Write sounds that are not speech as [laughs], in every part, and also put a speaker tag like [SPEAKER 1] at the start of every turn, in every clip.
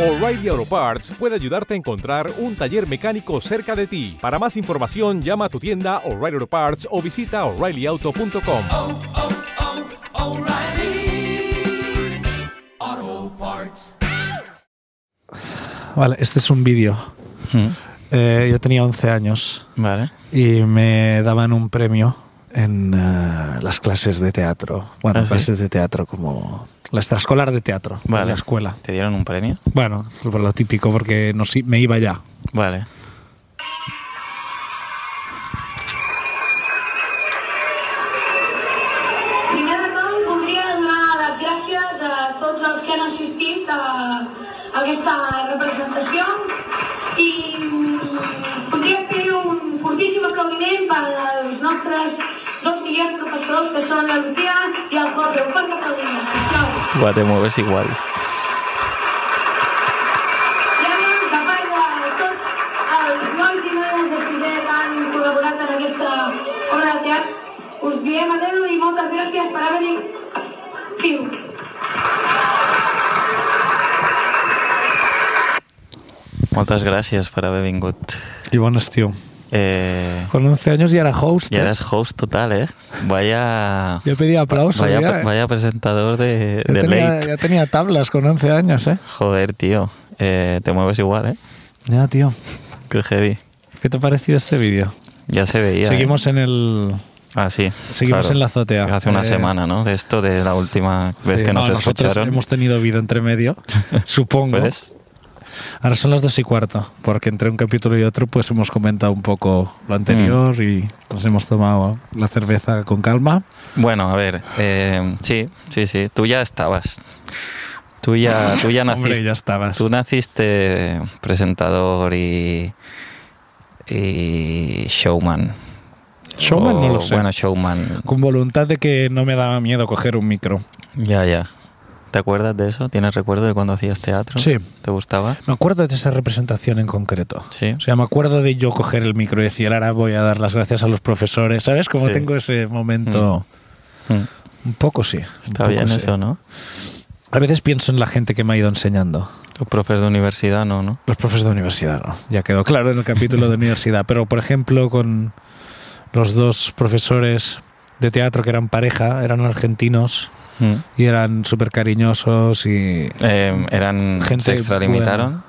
[SPEAKER 1] O'Reilly Auto Parts puede ayudarte a encontrar un taller mecánico cerca de ti. Para más información, llama a tu tienda O'Reilly Auto Parts o visita oreillyauto.com.
[SPEAKER 2] oh, oh, O'Reilly Auto Parts.
[SPEAKER 3] Vale, este es un vídeo. Eh, yo tenía 11 años
[SPEAKER 4] Mm. Vale.
[SPEAKER 3] y me daban un premio en eh, las clases de teatro. Bueno,
[SPEAKER 4] Ah, sí.
[SPEAKER 3] clases de teatro como la extraescolar de teatro, de
[SPEAKER 4] Vale.
[SPEAKER 3] la escuela.
[SPEAKER 4] ¿Te dieron un premio?
[SPEAKER 3] Bueno, lo, lo típico porque no, sí, me iba ya.
[SPEAKER 4] Vale.
[SPEAKER 5] I més de tot voldria donar les gràcies a tots els que han assistit a aquesta representació i voldria fer un fortíssim aplaudiment per als nostres dos millors professors que són la Lucía i el Jorge. Un fort aplaudiment, sisplau.
[SPEAKER 4] Buah, te mueves igual.
[SPEAKER 5] I ara, de part de tots els nois i noies de sisè que han col·laborat en aquesta obra de teatre, us diem adeu i moltes gràcies per haver-hi. Fiu.
[SPEAKER 4] Moltes gràcies per haver vingut.
[SPEAKER 3] Y bueno, estío.
[SPEAKER 4] Eh,
[SPEAKER 3] Con 11 años ya era host.
[SPEAKER 4] ja
[SPEAKER 3] ¿eh?
[SPEAKER 4] eres host total, eh? Vaya...
[SPEAKER 3] Yo pedía aplausos.
[SPEAKER 4] Vaya,
[SPEAKER 3] ya, eh.
[SPEAKER 4] vaya presentador de,
[SPEAKER 3] Yo
[SPEAKER 4] de
[SPEAKER 3] tenía,
[SPEAKER 4] late.
[SPEAKER 3] ya tenía tablas con 11 años, ¿eh?
[SPEAKER 4] Joder, tío. Eh, te mueves igual, eh?
[SPEAKER 3] Ya, tío.
[SPEAKER 4] Qué heavy.
[SPEAKER 3] ¿Qué te ha parecido este vídeo?
[SPEAKER 4] Ya se veía.
[SPEAKER 3] Seguimos en el...
[SPEAKER 4] eh. Ah, sí.
[SPEAKER 3] seguimos en la azotea.
[SPEAKER 4] Hace una
[SPEAKER 3] Eh,
[SPEAKER 4] semana, ¿no? De esto, de la última vez
[SPEAKER 3] Sí,
[SPEAKER 4] que nos
[SPEAKER 3] no, nosotros
[SPEAKER 4] escucharon.
[SPEAKER 3] hemos tenido vida entre medio, [laughs] supongo.
[SPEAKER 4] ¿Puedes?
[SPEAKER 3] Ahora son las dos y cuarto, porque entre un capítulo y otro pues hemos comentado un poco lo anterior
[SPEAKER 4] Mm.
[SPEAKER 3] y nos hemos tomado la cerveza con calma.
[SPEAKER 4] Bueno, a ver. eh, sí, sí, sí. Tú ya estabas. Tú
[SPEAKER 3] [laughs]
[SPEAKER 4] ya, tú ya naciste.
[SPEAKER 3] Hombre, ya estabas.
[SPEAKER 4] Tú naciste presentador y, y showman.
[SPEAKER 3] Showman
[SPEAKER 4] O,
[SPEAKER 3] no lo sé.
[SPEAKER 4] Bueno, showman.
[SPEAKER 3] Con voluntad de que no me daba miedo coger un micro.
[SPEAKER 4] Ya, ya. ¿Te acuerdas de eso? ¿Tienes recuerdo de cuando hacías teatro?
[SPEAKER 3] Sí.
[SPEAKER 4] ¿Te gustaba?
[SPEAKER 3] Me acuerdo de esa representación en concreto.
[SPEAKER 4] Sí.
[SPEAKER 3] O sea, me acuerdo de yo coger el micro y decir, ahora voy a dar las gracias a los profesores. ¿Sabes? Como
[SPEAKER 4] Sí.
[SPEAKER 3] tengo ese momento...
[SPEAKER 4] Mm.
[SPEAKER 3] Un poco sí. un
[SPEAKER 4] Está
[SPEAKER 3] poco
[SPEAKER 4] bien
[SPEAKER 3] sí.
[SPEAKER 4] eso, ¿no?
[SPEAKER 3] A veces pienso en la gente que me ha ido enseñando.
[SPEAKER 4] Tus profes de universidad, no, ¿no?
[SPEAKER 3] Los profes de universidad, no. Ya quedó claro en el capítulo de universidad. Pero, por ejemplo, con los dos profesores de teatro que eran pareja, eran argentinos
[SPEAKER 4] Mm.
[SPEAKER 3] y eran súper cariñosos y...
[SPEAKER 4] Eh, eran
[SPEAKER 3] Gente
[SPEAKER 4] se extralimitaron.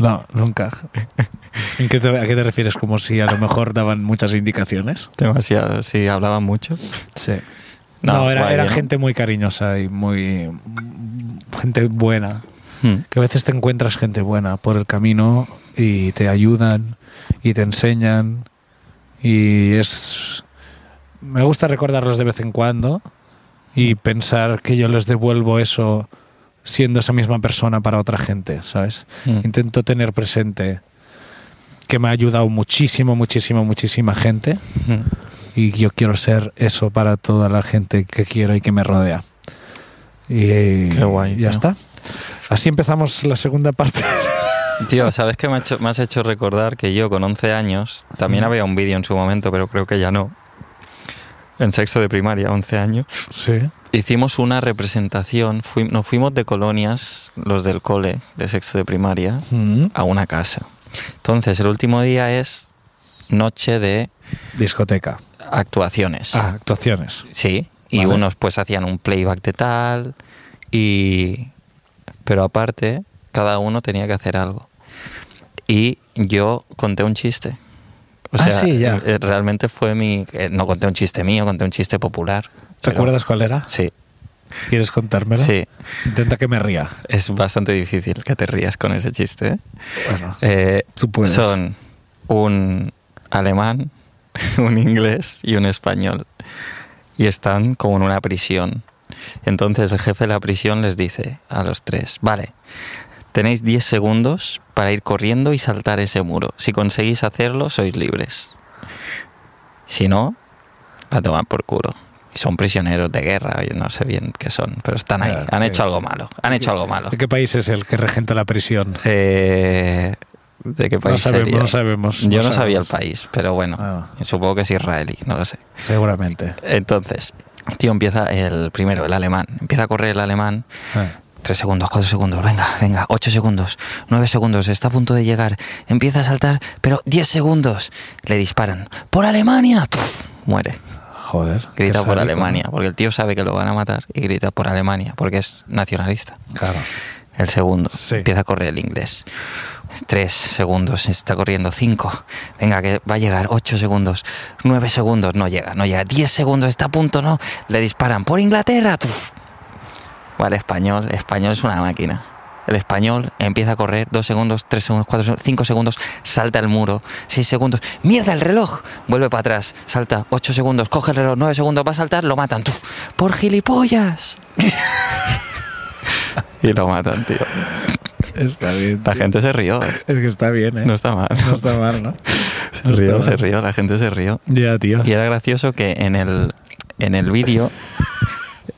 [SPEAKER 3] No, nunca. ¿En qué te- ¿A qué te refieres? Como si a lo mejor daban muchas indicaciones.
[SPEAKER 4] Demasiado, sí, hablaban mucho.
[SPEAKER 3] Sí.
[SPEAKER 4] No,
[SPEAKER 3] No, era,
[SPEAKER 4] guay,
[SPEAKER 3] era
[SPEAKER 4] ¿no?
[SPEAKER 3] gente muy cariñosa y muy... Gente buena.
[SPEAKER 4] Mm.
[SPEAKER 3] que a veces te encuentras gente buena por el camino y te ayudan y te enseñan y es me gusta recordarlos de vez en cuando y pensar que yo les devuelvo eso siendo esa misma persona para otra gente, ¿sabes?
[SPEAKER 4] Mm.
[SPEAKER 3] Intento tener presente que me ha ayudado muchísimo, muchísimo, muchísima gente
[SPEAKER 4] Mm.
[SPEAKER 3] y yo quiero ser eso para toda la gente que quiero y que me rodea. Y
[SPEAKER 4] Qué guay, tío.
[SPEAKER 3] ya está. Así empezamos la segunda
[SPEAKER 4] [laughs]
[SPEAKER 3] parte.
[SPEAKER 4] Tío, ¿sabes qué me, ha hecho- me has hecho recordar que yo con 11 años, también había un vídeo en su momento, pero creo que ya no, en sexto de primaria, 11 años,
[SPEAKER 3] Sí.
[SPEAKER 4] hicimos una representación, fui- nos fuimos de colonias, los del cole de sexto de primaria,
[SPEAKER 3] Mm.
[SPEAKER 4] a una casa. Entonces, el último día es noche de
[SPEAKER 3] Discoteca.
[SPEAKER 4] actuaciones.
[SPEAKER 3] Ah, actuaciones.
[SPEAKER 4] Sí, y
[SPEAKER 3] Vale.
[SPEAKER 4] unos pues hacían un playback de tal y... Pero aparte, cada uno tenía que hacer algo. Y yo conté un chiste. O
[SPEAKER 3] Ah,
[SPEAKER 4] sea,
[SPEAKER 3] sí, ya.
[SPEAKER 4] eh, realmente fue mi... eh, No conté un chiste mío, conté un chiste popular.
[SPEAKER 3] ¿Te
[SPEAKER 4] Pero-
[SPEAKER 3] acuerdas cuál era?
[SPEAKER 4] Sí,
[SPEAKER 3] ¿Quieres contármelo?
[SPEAKER 4] sí.
[SPEAKER 3] Intenta que me ría.
[SPEAKER 4] Es bastante difícil que te rías con ese chiste. ¿eh?
[SPEAKER 3] Bueno,
[SPEAKER 4] Eh,
[SPEAKER 3] Tú puedes.
[SPEAKER 4] Son un alemán, [laughs] un inglés y un español. Y están como en una prisión. Entonces el jefe de la prisión les dice a los tres, vale, tenéis 10 segundos para ir corriendo y saltar ese muro. Si conseguís hacerlo, sois libres. Si no, a tomar por culo. Y son prisioneros de guerra, yo no sé bien qué son, pero están ahí.
[SPEAKER 3] Claro,
[SPEAKER 4] Han
[SPEAKER 3] sí.
[SPEAKER 4] hecho algo malo. Han hecho algo malo.
[SPEAKER 3] ¿De qué país es el que regenta la prisión?
[SPEAKER 4] Eh, ¿De qué país
[SPEAKER 3] sabemos,
[SPEAKER 4] sería?
[SPEAKER 3] no sabemos,
[SPEAKER 4] Yo
[SPEAKER 3] no
[SPEAKER 4] no, sabía el
[SPEAKER 3] sabemos.
[SPEAKER 4] país, pero bueno,
[SPEAKER 3] Ah.
[SPEAKER 4] supongo que es israelí, no lo sé.
[SPEAKER 3] Seguramente.
[SPEAKER 4] Entonces, Tío, empieza el primero, el alemán. Empieza a correr el alemán. Tres segundos, cuatro segundos, venga, venga, ocho segundos, nueve segundos, está a punto de llegar, empieza a saltar, pero diez segundos, le disparan. ¡Por Alemania! ¡Tuf! Muere.
[SPEAKER 3] Ah, Joder. qué
[SPEAKER 4] Grita por
[SPEAKER 3] sádico.
[SPEAKER 4] Alemania, porque el tío sabe que lo van a matar y grita por Alemania, porque es nacionalista.
[SPEAKER 3] Claro.
[SPEAKER 4] El segundo.
[SPEAKER 3] Sí.
[SPEAKER 4] Empieza a correr el inglés. Tres segundos, está corriendo. Cinco. Venga, que va a llegar. Ocho segundos. Nueve segundos. No llega, no llega. Diez segundos, está a punto, no. Le disparan por Inglaterra. ¡Tuf! Vale, español. Español es una máquina. El español empieza a correr. Dos segundos, tres segundos, cuatro segundos, cinco segundos. Salta el muro. Seis segundos. ¡Mierda, el reloj! Vuelve para atrás. Salta. Ocho segundos. Coge el reloj. Nueve segundos. Va a saltar. Lo matan. ¡Tuf! ¡Por gilipollas! y lo matan, tío.
[SPEAKER 3] Está bien.
[SPEAKER 4] La
[SPEAKER 3] tío.
[SPEAKER 4] gente se rió, eh.
[SPEAKER 3] Es que está bien, ¿eh?
[SPEAKER 4] no está mal.
[SPEAKER 3] No está mal, ¿no?
[SPEAKER 4] [laughs] se
[SPEAKER 3] no está
[SPEAKER 4] rió,
[SPEAKER 3] mal.
[SPEAKER 4] se rió, la gente se rió.
[SPEAKER 3] Ya, tío.
[SPEAKER 4] Y era gracioso que en el, en el vídeo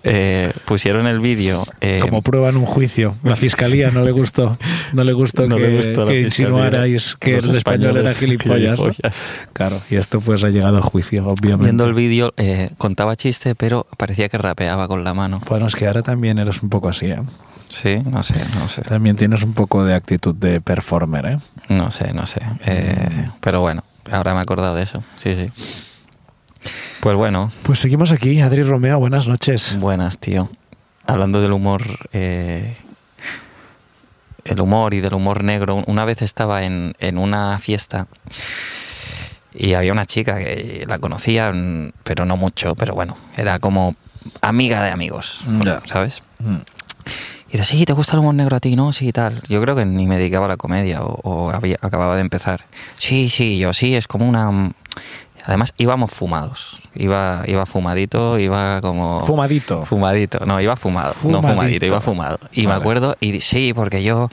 [SPEAKER 4] eh, pusieron el vídeo. eh,
[SPEAKER 3] Como prueba en un juicio.
[SPEAKER 4] [laughs]
[SPEAKER 3] La fiscalía no le gustó. No le gustó
[SPEAKER 4] no
[SPEAKER 3] que,
[SPEAKER 4] le gustó a la
[SPEAKER 3] que
[SPEAKER 4] fiscalía.
[SPEAKER 3] insinuarais que
[SPEAKER 4] Los
[SPEAKER 3] el español era
[SPEAKER 4] españoles
[SPEAKER 3] gilipollas. ¿no?
[SPEAKER 4] gilipollas.
[SPEAKER 3] Claro. Y esto pues ha llegado a juicio, obviamente.
[SPEAKER 4] Viendo el vídeo eh, contaba chiste, pero parecía que rapeaba con la mano.
[SPEAKER 3] Bueno, es que ahora también eres un poco así, ¿eh?
[SPEAKER 4] Sí, no sé, no sé.
[SPEAKER 3] También tienes un poco de actitud de performer, ¿eh?
[SPEAKER 4] No sé, no sé. Eh, pero bueno, ahora me he acordado de eso. Sí, sí. Pues bueno,
[SPEAKER 3] Pues seguimos aquí. Adri Romeo, buenas noches.
[SPEAKER 4] Buenas, tío. Hablando del humor. eh, el humor y del humor negro. Una vez estaba en, en una fiesta y había una chica que la conocía, mm, pero no mucho, pero bueno, era como amiga de amigos,
[SPEAKER 3] Ya.
[SPEAKER 4] ¿sabes?
[SPEAKER 3] Mm.
[SPEAKER 4] Y dice, sí, ¿te gusta el humor negro a ti? No, sí, tal. Yo creo que ni me dedicaba a la comedia o, o había- acababa de empezar. Sí, sí, yo sí, es como una... mm". Además íbamos fumados, iba, iba fumadito, iba como...
[SPEAKER 3] Fumadito.
[SPEAKER 4] Fumadito, no, iba fumado, no
[SPEAKER 3] Fumadito.
[SPEAKER 4] fumadito, iba fumado. Y
[SPEAKER 3] Vale.
[SPEAKER 4] me acuerdo, y di- sí, porque yo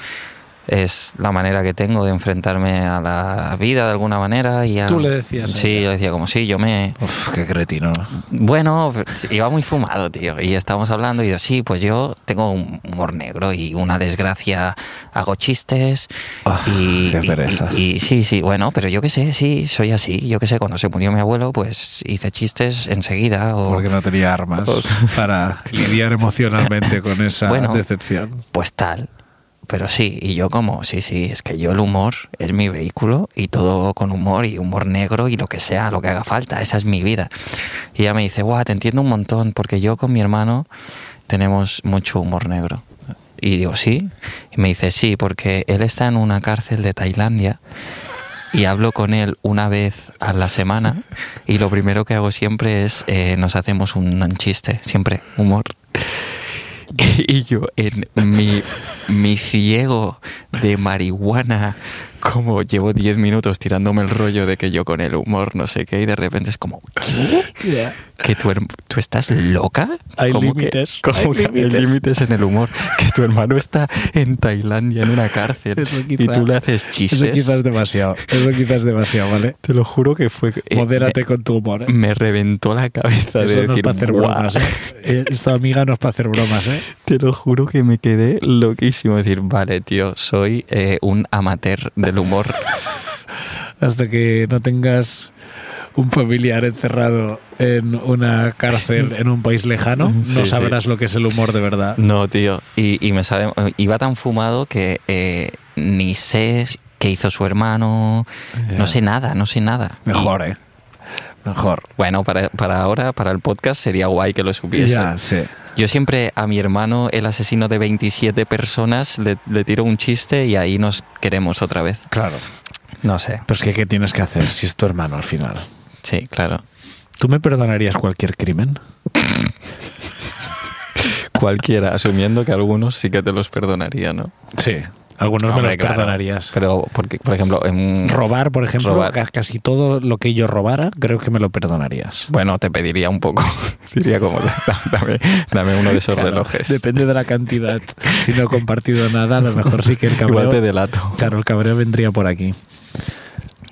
[SPEAKER 4] es la manera que tengo de enfrentarme a la vida de alguna manera. Y a-
[SPEAKER 3] Tú le decías a
[SPEAKER 4] Sí,
[SPEAKER 3] ella.
[SPEAKER 4] yo decía como, sí, yo me...
[SPEAKER 3] Uf, qué cretino.
[SPEAKER 4] Bueno, iba muy fumado, tío. Y estábamos hablando y yo, sí, pues yo tengo un humor negro y una desgracia, hago chistes.
[SPEAKER 3] Ah,
[SPEAKER 4] y,
[SPEAKER 3] qué
[SPEAKER 4] y-
[SPEAKER 3] pereza.
[SPEAKER 4] y- y sí, sí, bueno, pero yo qué sé, sí, soy así. Yo qué sé, cuando se murió mi abuelo, pues hice chistes enseguida. O,
[SPEAKER 3] Porque no tenía armas [laughs] para lidiar emocionalmente con esa
[SPEAKER 4] Oh. Bueno.
[SPEAKER 3] decepción.
[SPEAKER 4] pues tal. Pero sí, y yo como, sí, sí, es que yo el humor es mi vehículo y todo con humor y humor negro y lo que sea, lo que haga falta, esa es mi vida. Y ella me dice, guau, te entiendo un montón porque yo con mi hermano tenemos mucho humor negro. Y digo, sí. Y me dice, sí, porque él está en una cárcel de Tailandia y hablo con él una vez a la semana y lo primero que hago siempre es eh, nos hacemos un chiste, siempre humor. Y yo en mi, mi ciego de marihuana, como llevo 10 minutos tirándome el rollo de que yo con el humor no sé qué, y de repente es como, ¿qué? ¿Que tu herm- tú estás loca?
[SPEAKER 3] Hay
[SPEAKER 4] Como que-
[SPEAKER 3] límites,
[SPEAKER 4] como
[SPEAKER 3] hay
[SPEAKER 4] que hay
[SPEAKER 3] límites.
[SPEAKER 4] límites en el humor. Que tu hermano está en Tailandia, en una cárcel,
[SPEAKER 3] [laughs] Eso
[SPEAKER 4] y
[SPEAKER 3] quizá-
[SPEAKER 4] tú le haces chistes.
[SPEAKER 3] Eso quizás demasiado. Eso quizás demasiado, ¿vale?
[SPEAKER 4] Te lo juro que fue. eh,
[SPEAKER 3] Modérate con tu humor. ¿eh?
[SPEAKER 4] Me, me reventó la cabeza
[SPEAKER 3] Eso
[SPEAKER 4] de
[SPEAKER 3] no
[SPEAKER 4] decir.
[SPEAKER 3] es para hacer
[SPEAKER 4] "Guau".
[SPEAKER 3] bromas, ¿eh?
[SPEAKER 4] [laughs]
[SPEAKER 3] Eh, Esta amiga no es para hacer bromas, ¿eh?
[SPEAKER 4] Te lo juro que me quedé loquísimo. Decir, vale, tío, soy eh, un amateur del humor.
[SPEAKER 3] Hasta que no tengas un familiar encerrado en una cárcel en un país lejano, no
[SPEAKER 4] [laughs] Sí,
[SPEAKER 3] sabrás lo que es el humor de
[SPEAKER 4] [laughs]
[SPEAKER 3] verdad.
[SPEAKER 4] No, tío. Y, y me sabe. Iba tan fumado que eh, ni sé qué hizo su hermano. No sé nada, no sé nada.
[SPEAKER 3] Mejor, ¿eh? Mejor.
[SPEAKER 4] Y, bueno, para, para ahora, para el podcast, sería guay que lo supiese.
[SPEAKER 3] Ya, sí.
[SPEAKER 4] Yo siempre a mi hermano, el asesino de 27 personas, le, le tiro un chiste y ahí nos queremos otra vez.
[SPEAKER 3] Claro.
[SPEAKER 4] No sé.
[SPEAKER 3] Pues que, ¿qué tienes que hacer si es tu hermano al final?
[SPEAKER 4] Sí, claro.
[SPEAKER 3] ¿Tú me perdonarías cualquier crimen?
[SPEAKER 4] Cualquiera, asumiendo que algunos sí que te los perdonaría, ¿no?
[SPEAKER 3] Sí. Algunos me
[SPEAKER 4] Hombre,
[SPEAKER 3] los
[SPEAKER 4] claro.
[SPEAKER 3] perdonarías.
[SPEAKER 4] Pero, porque, por ejemplo, en...
[SPEAKER 3] Robar, por ejemplo,
[SPEAKER 4] Robar.
[SPEAKER 3] ca- casi todo lo que yo robara, creo que me lo perdonarías.
[SPEAKER 4] Bueno, te pediría un poco. [laughs] Diría como, dame, dame uno de esos
[SPEAKER 3] Claro,
[SPEAKER 4] relojes.
[SPEAKER 3] Depende de la cantidad.
[SPEAKER 4] [laughs]
[SPEAKER 3] Si no he compartido nada, a lo mejor sí que el cabreo.
[SPEAKER 4] Igual te delato.
[SPEAKER 3] Claro, el cabreo vendría por aquí.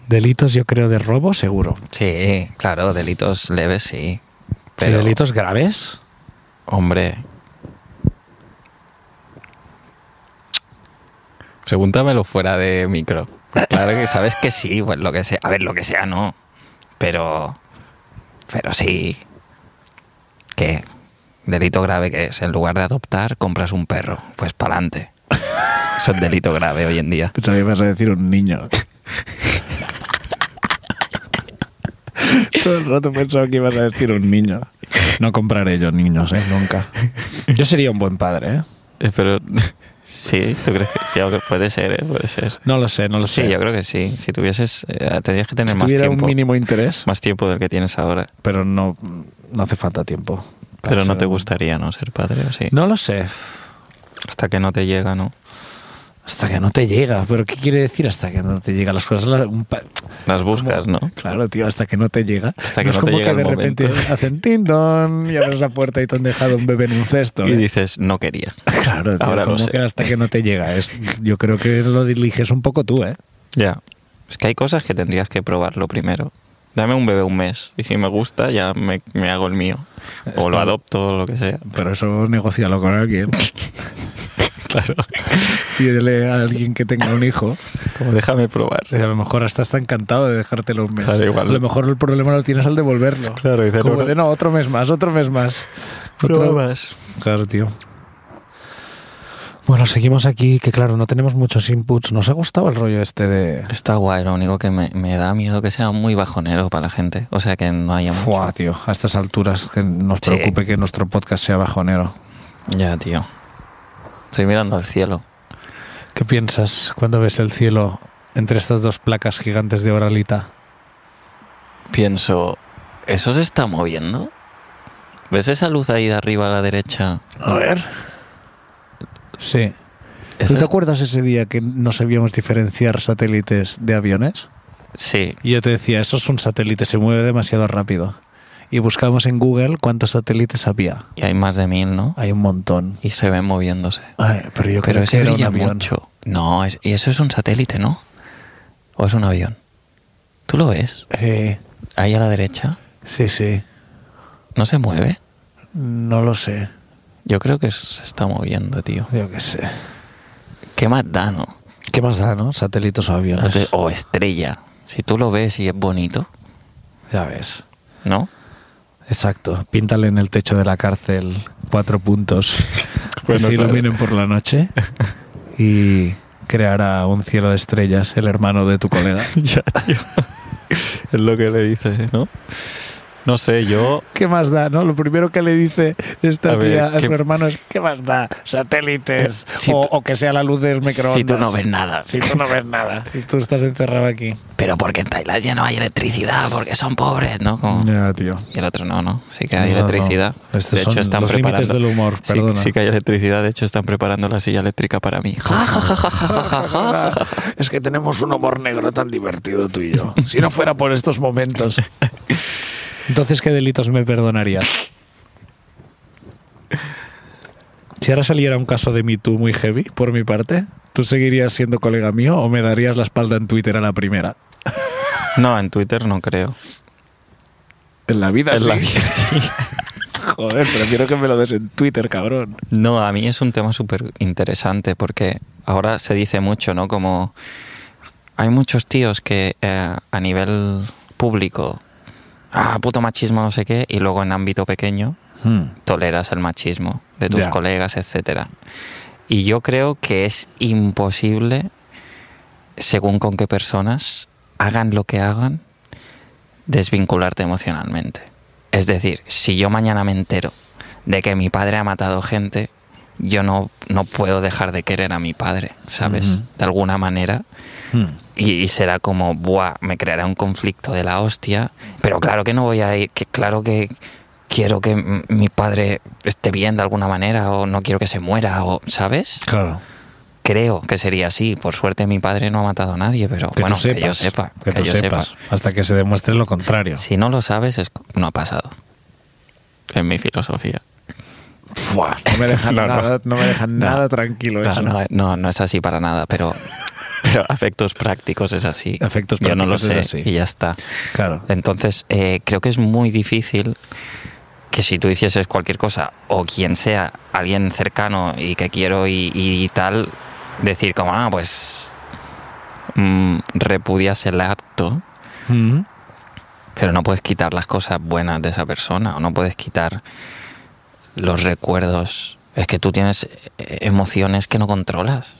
[SPEAKER 3] Delitos, yo creo, de robo, seguro.
[SPEAKER 4] Sí, claro, delitos leves, sí.
[SPEAKER 3] Pero,
[SPEAKER 4] Pero,
[SPEAKER 3] delitos graves?
[SPEAKER 4] hombre... Pregúntamelo fuera de micro. Pues Claro que sabes que sí, pues lo que sea. A ver, lo que sea no. Pero... Pero sí. ¿Qué? Delito grave que es. En lugar de adoptar, compras un perro. Pues pa'lante. Eso es delito grave hoy en día.
[SPEAKER 3] Pensaba que ibas a decir un niño. [laughs] Todo el rato pensaba que ibas a decir un niño. No compraré yo niños, ¿eh? Nunca. Yo sería un buen padre, ¿eh?
[SPEAKER 4] Eh, Pero [laughs] sí, ¿tú crees que sí, aunque puede ser, eh? Puede ser.
[SPEAKER 3] No lo sé, no lo
[SPEAKER 4] Sí,
[SPEAKER 3] sé.
[SPEAKER 4] yo creo que sí. Si tuvieses, eh, tendrías que tener
[SPEAKER 3] Si
[SPEAKER 4] más
[SPEAKER 3] tuviera
[SPEAKER 4] tiempo.
[SPEAKER 3] un mínimo interés,
[SPEAKER 4] Más tiempo del que tienes ahora.
[SPEAKER 3] pero no, no hace falta tiempo. para
[SPEAKER 4] Pero no
[SPEAKER 3] ser
[SPEAKER 4] te
[SPEAKER 3] un-
[SPEAKER 4] gustaría, ¿no? Ser padre, ¿o sí?
[SPEAKER 3] No lo sé.
[SPEAKER 4] Hasta que no te llega, ¿no?
[SPEAKER 3] Hasta que no te llega. ¿Pero qué quiere decir hasta que no te llega? Las cosas... la- un pa-
[SPEAKER 4] Las buscas,
[SPEAKER 3] como-
[SPEAKER 4] ¿no?
[SPEAKER 3] Claro, tío, hasta que no te llega.
[SPEAKER 4] Hasta que
[SPEAKER 3] es
[SPEAKER 4] no te
[SPEAKER 3] como
[SPEAKER 4] llega
[SPEAKER 3] que de
[SPEAKER 4] el
[SPEAKER 3] repente
[SPEAKER 4] momento.
[SPEAKER 3] hacen tindón y abres la puerta y te han dejado un bebé en un cesto.
[SPEAKER 4] Y
[SPEAKER 3] ¿eh?
[SPEAKER 4] dices, no [laughs] quería.
[SPEAKER 3] Claro, tío,
[SPEAKER 4] Ahora lo
[SPEAKER 3] como
[SPEAKER 4] sé.
[SPEAKER 3] que hasta que no te llega. Es, yo creo que lo diriges un poco tú, ¿eh?
[SPEAKER 4] Ya. Es que hay cosas que tendrías que probarlo primero. Dame un bebé un mes. Y si me gusta, ya me, me hago el mío. O
[SPEAKER 3] Está-
[SPEAKER 4] lo adopto, o lo que sea.
[SPEAKER 3] Pero eso negocialo con alguien.
[SPEAKER 4] [laughs] Claro.
[SPEAKER 3] Pídele a alguien que tenga un hijo.
[SPEAKER 4] Como déjame probar.
[SPEAKER 3] Y a lo mejor hasta está encantado de dejártelo un mes.
[SPEAKER 4] Claro, igual.
[SPEAKER 3] A lo mejor el problema lo tienes al devolverlo.
[SPEAKER 4] Claro, dice,
[SPEAKER 3] Como
[SPEAKER 4] no,
[SPEAKER 3] de, no, otro mes más, otro mes más. Otro-
[SPEAKER 4] Pruebas.
[SPEAKER 3] Claro, tío. Bueno, seguimos aquí, que claro, no tenemos muchos inputs. Nos ha gustado el rollo este de...
[SPEAKER 4] Está guay, lo único que me, me da miedo que sea muy bajonero para la gente. O sea, que no haya mucho.
[SPEAKER 3] Fua, tío, a estas alturas que nos
[SPEAKER 4] Sí.
[SPEAKER 3] preocupe que nuestro podcast sea bajonero.
[SPEAKER 4] Ya, tío. Estoy mirando al cielo.
[SPEAKER 3] ¿Qué piensas cuando ves el cielo entre estas dos placas gigantes de oralita?
[SPEAKER 4] Pienso, ¿eso se está moviendo? ¿Ves esa luz ahí de arriba a la derecha?
[SPEAKER 3] A ver. Sí.
[SPEAKER 4] Esa
[SPEAKER 3] ¿Tú te
[SPEAKER 4] es-
[SPEAKER 3] acuerdas ese día que no sabíamos diferenciar satélites de aviones?
[SPEAKER 4] Sí,
[SPEAKER 3] Y yo te decía, eso es un satélite, se mueve demasiado rápido. Y buscamos en Google cuántos satélites había.
[SPEAKER 4] y hay más de mil, ¿no?
[SPEAKER 3] Hay un montón.
[SPEAKER 4] Y se ven moviéndose.
[SPEAKER 3] Ay, pero
[SPEAKER 4] Pero
[SPEAKER 3] yo creo que
[SPEAKER 4] ese
[SPEAKER 3] era un
[SPEAKER 4] brilla
[SPEAKER 3] avión.
[SPEAKER 4] mucho. No, es- y eso es un satélite, ¿no? ¿O es un avión? ¿Tú lo ves?
[SPEAKER 3] Sí,
[SPEAKER 4] Ahí a la derecha.
[SPEAKER 3] sí, sí.
[SPEAKER 4] ¿No se mueve?
[SPEAKER 3] No lo sé.
[SPEAKER 4] Yo creo que se está moviendo, tío.
[SPEAKER 3] Yo qué sé.
[SPEAKER 4] ¿Qué más da, no?
[SPEAKER 3] ¿Qué más da, no? Satélites o aviones.
[SPEAKER 4] O estrella. Si tú lo ves y es bonito,
[SPEAKER 3] Ya ves.
[SPEAKER 4] ¿no?
[SPEAKER 3] Exacto. Píntale en el techo de la cárcel
[SPEAKER 4] [laughs]
[SPEAKER 3] cuatro puntos que
[SPEAKER 4] Bueno,
[SPEAKER 3] se
[SPEAKER 4] claro.
[SPEAKER 3] iluminen por la
[SPEAKER 4] [laughs]
[SPEAKER 3] noche y creará un cielo de estrellas el hermano de tu colega.
[SPEAKER 4] [laughs] ya, tío. es lo que le dices, ¿no? No sé, yo...
[SPEAKER 3] ¿Qué más da, no? Lo primero que le dice esta
[SPEAKER 4] A ver,
[SPEAKER 3] tía a
[SPEAKER 4] ¿qué- Eh,
[SPEAKER 3] su hermano es ¿qué más da? Satélites
[SPEAKER 4] Si
[SPEAKER 3] o,
[SPEAKER 4] tú-
[SPEAKER 3] o que sea la luz del microondas.
[SPEAKER 4] Si tú no ves nada.
[SPEAKER 3] Si tú no ves nada. Si tú estás encerrado aquí.
[SPEAKER 4] Pero porque en Tailandia no hay electricidad, porque son pobres, ¿no? Como-
[SPEAKER 3] Ya, tío.
[SPEAKER 4] Y el otro no, ¿no? Sí que hay
[SPEAKER 3] No, no.
[SPEAKER 4] electricidad.
[SPEAKER 3] Estos
[SPEAKER 4] de hecho,
[SPEAKER 3] son
[SPEAKER 4] están
[SPEAKER 3] los límites
[SPEAKER 4] preparando.
[SPEAKER 3] del humor,
[SPEAKER 4] Sí-
[SPEAKER 3] perdona.
[SPEAKER 4] Sí, que hay electricidad, de hecho, están preparando la silla eléctrica para mí. Ja, ja, ja, ja, ja, ja, ja, ja, ja.
[SPEAKER 3] [laughs] Es que tenemos un humor negro tan divertido tú y yo. Si no fuera por estos momentos. Entonces, ¿qué delitos me perdonarías? Si ahora saliera un caso de Me Too muy heavy, por mi parte, ¿tú seguirías siendo colega mío o me darías la espalda en Twitter a la primera?
[SPEAKER 4] No, en Twitter no creo.
[SPEAKER 3] En la vida,
[SPEAKER 4] En la
[SPEAKER 3] sí.
[SPEAKER 4] vida sí.
[SPEAKER 3] [laughs] Joder, prefiero que me lo des en Twitter, cabrón.
[SPEAKER 4] No, a mí es un tema súper interesante porque ahora se dice mucho, ¿no? Como hay muchos tíos que eh, a nivel público, ah, puto machismo, no sé qué, y luego en ámbito pequeño
[SPEAKER 3] Hmm,
[SPEAKER 4] toleras el machismo de tus
[SPEAKER 3] Ya.
[SPEAKER 4] colegas, etcétera. Y yo creo que es imposible, según con qué personas hagan lo que hagan, desvincularte emocionalmente. Es decir, si yo mañana me entero de que mi padre ha matado gente, yo no, no puedo dejar de querer a mi padre, ¿sabes?
[SPEAKER 3] Ujú.
[SPEAKER 4] De alguna manera.
[SPEAKER 3] hmm.
[SPEAKER 4] Y, y será como, buah, me creará un conflicto de la hostia. Pero claro que no voy a ir, que claro que quiero que m- mi padre esté bien de alguna manera o no quiero que se muera o, ¿sabes?
[SPEAKER 3] Claro.
[SPEAKER 4] Creo que sería así. Por suerte mi padre no ha matado a nadie, pero
[SPEAKER 3] Que
[SPEAKER 4] bueno,
[SPEAKER 3] tú sepas.
[SPEAKER 4] que yo sepa.
[SPEAKER 3] Que, tú
[SPEAKER 4] yo
[SPEAKER 3] sepas.
[SPEAKER 4] sepa.
[SPEAKER 3] Hasta que se demuestre lo contrario.
[SPEAKER 4] Si no lo sabes, es- no ha pasado. Es mi filosofía.
[SPEAKER 3] Buah, [laughs] no me dejan
[SPEAKER 4] [laughs] No, no.
[SPEAKER 3] nada, no me dejan
[SPEAKER 4] No.
[SPEAKER 3] nada tranquilo
[SPEAKER 4] No,
[SPEAKER 3] eso.
[SPEAKER 4] no, no, no es así para nada, pero, [laughs] pero afectos prácticos es así.
[SPEAKER 3] Efectos
[SPEAKER 4] Yo no lo sé
[SPEAKER 3] prácticos es así.
[SPEAKER 4] y ya está.
[SPEAKER 3] Claro.
[SPEAKER 4] Entonces, eh, creo que es muy difícil que si tú hicieses cualquier cosa o quien sea, alguien cercano y que quiero y, y tal, decir como, ah, pues mm, repudias el acto,
[SPEAKER 3] Eh,
[SPEAKER 4] pero no puedes quitar las cosas buenas de esa persona o no puedes quitar los recuerdos. Es que tú tienes eh, emociones que no controlas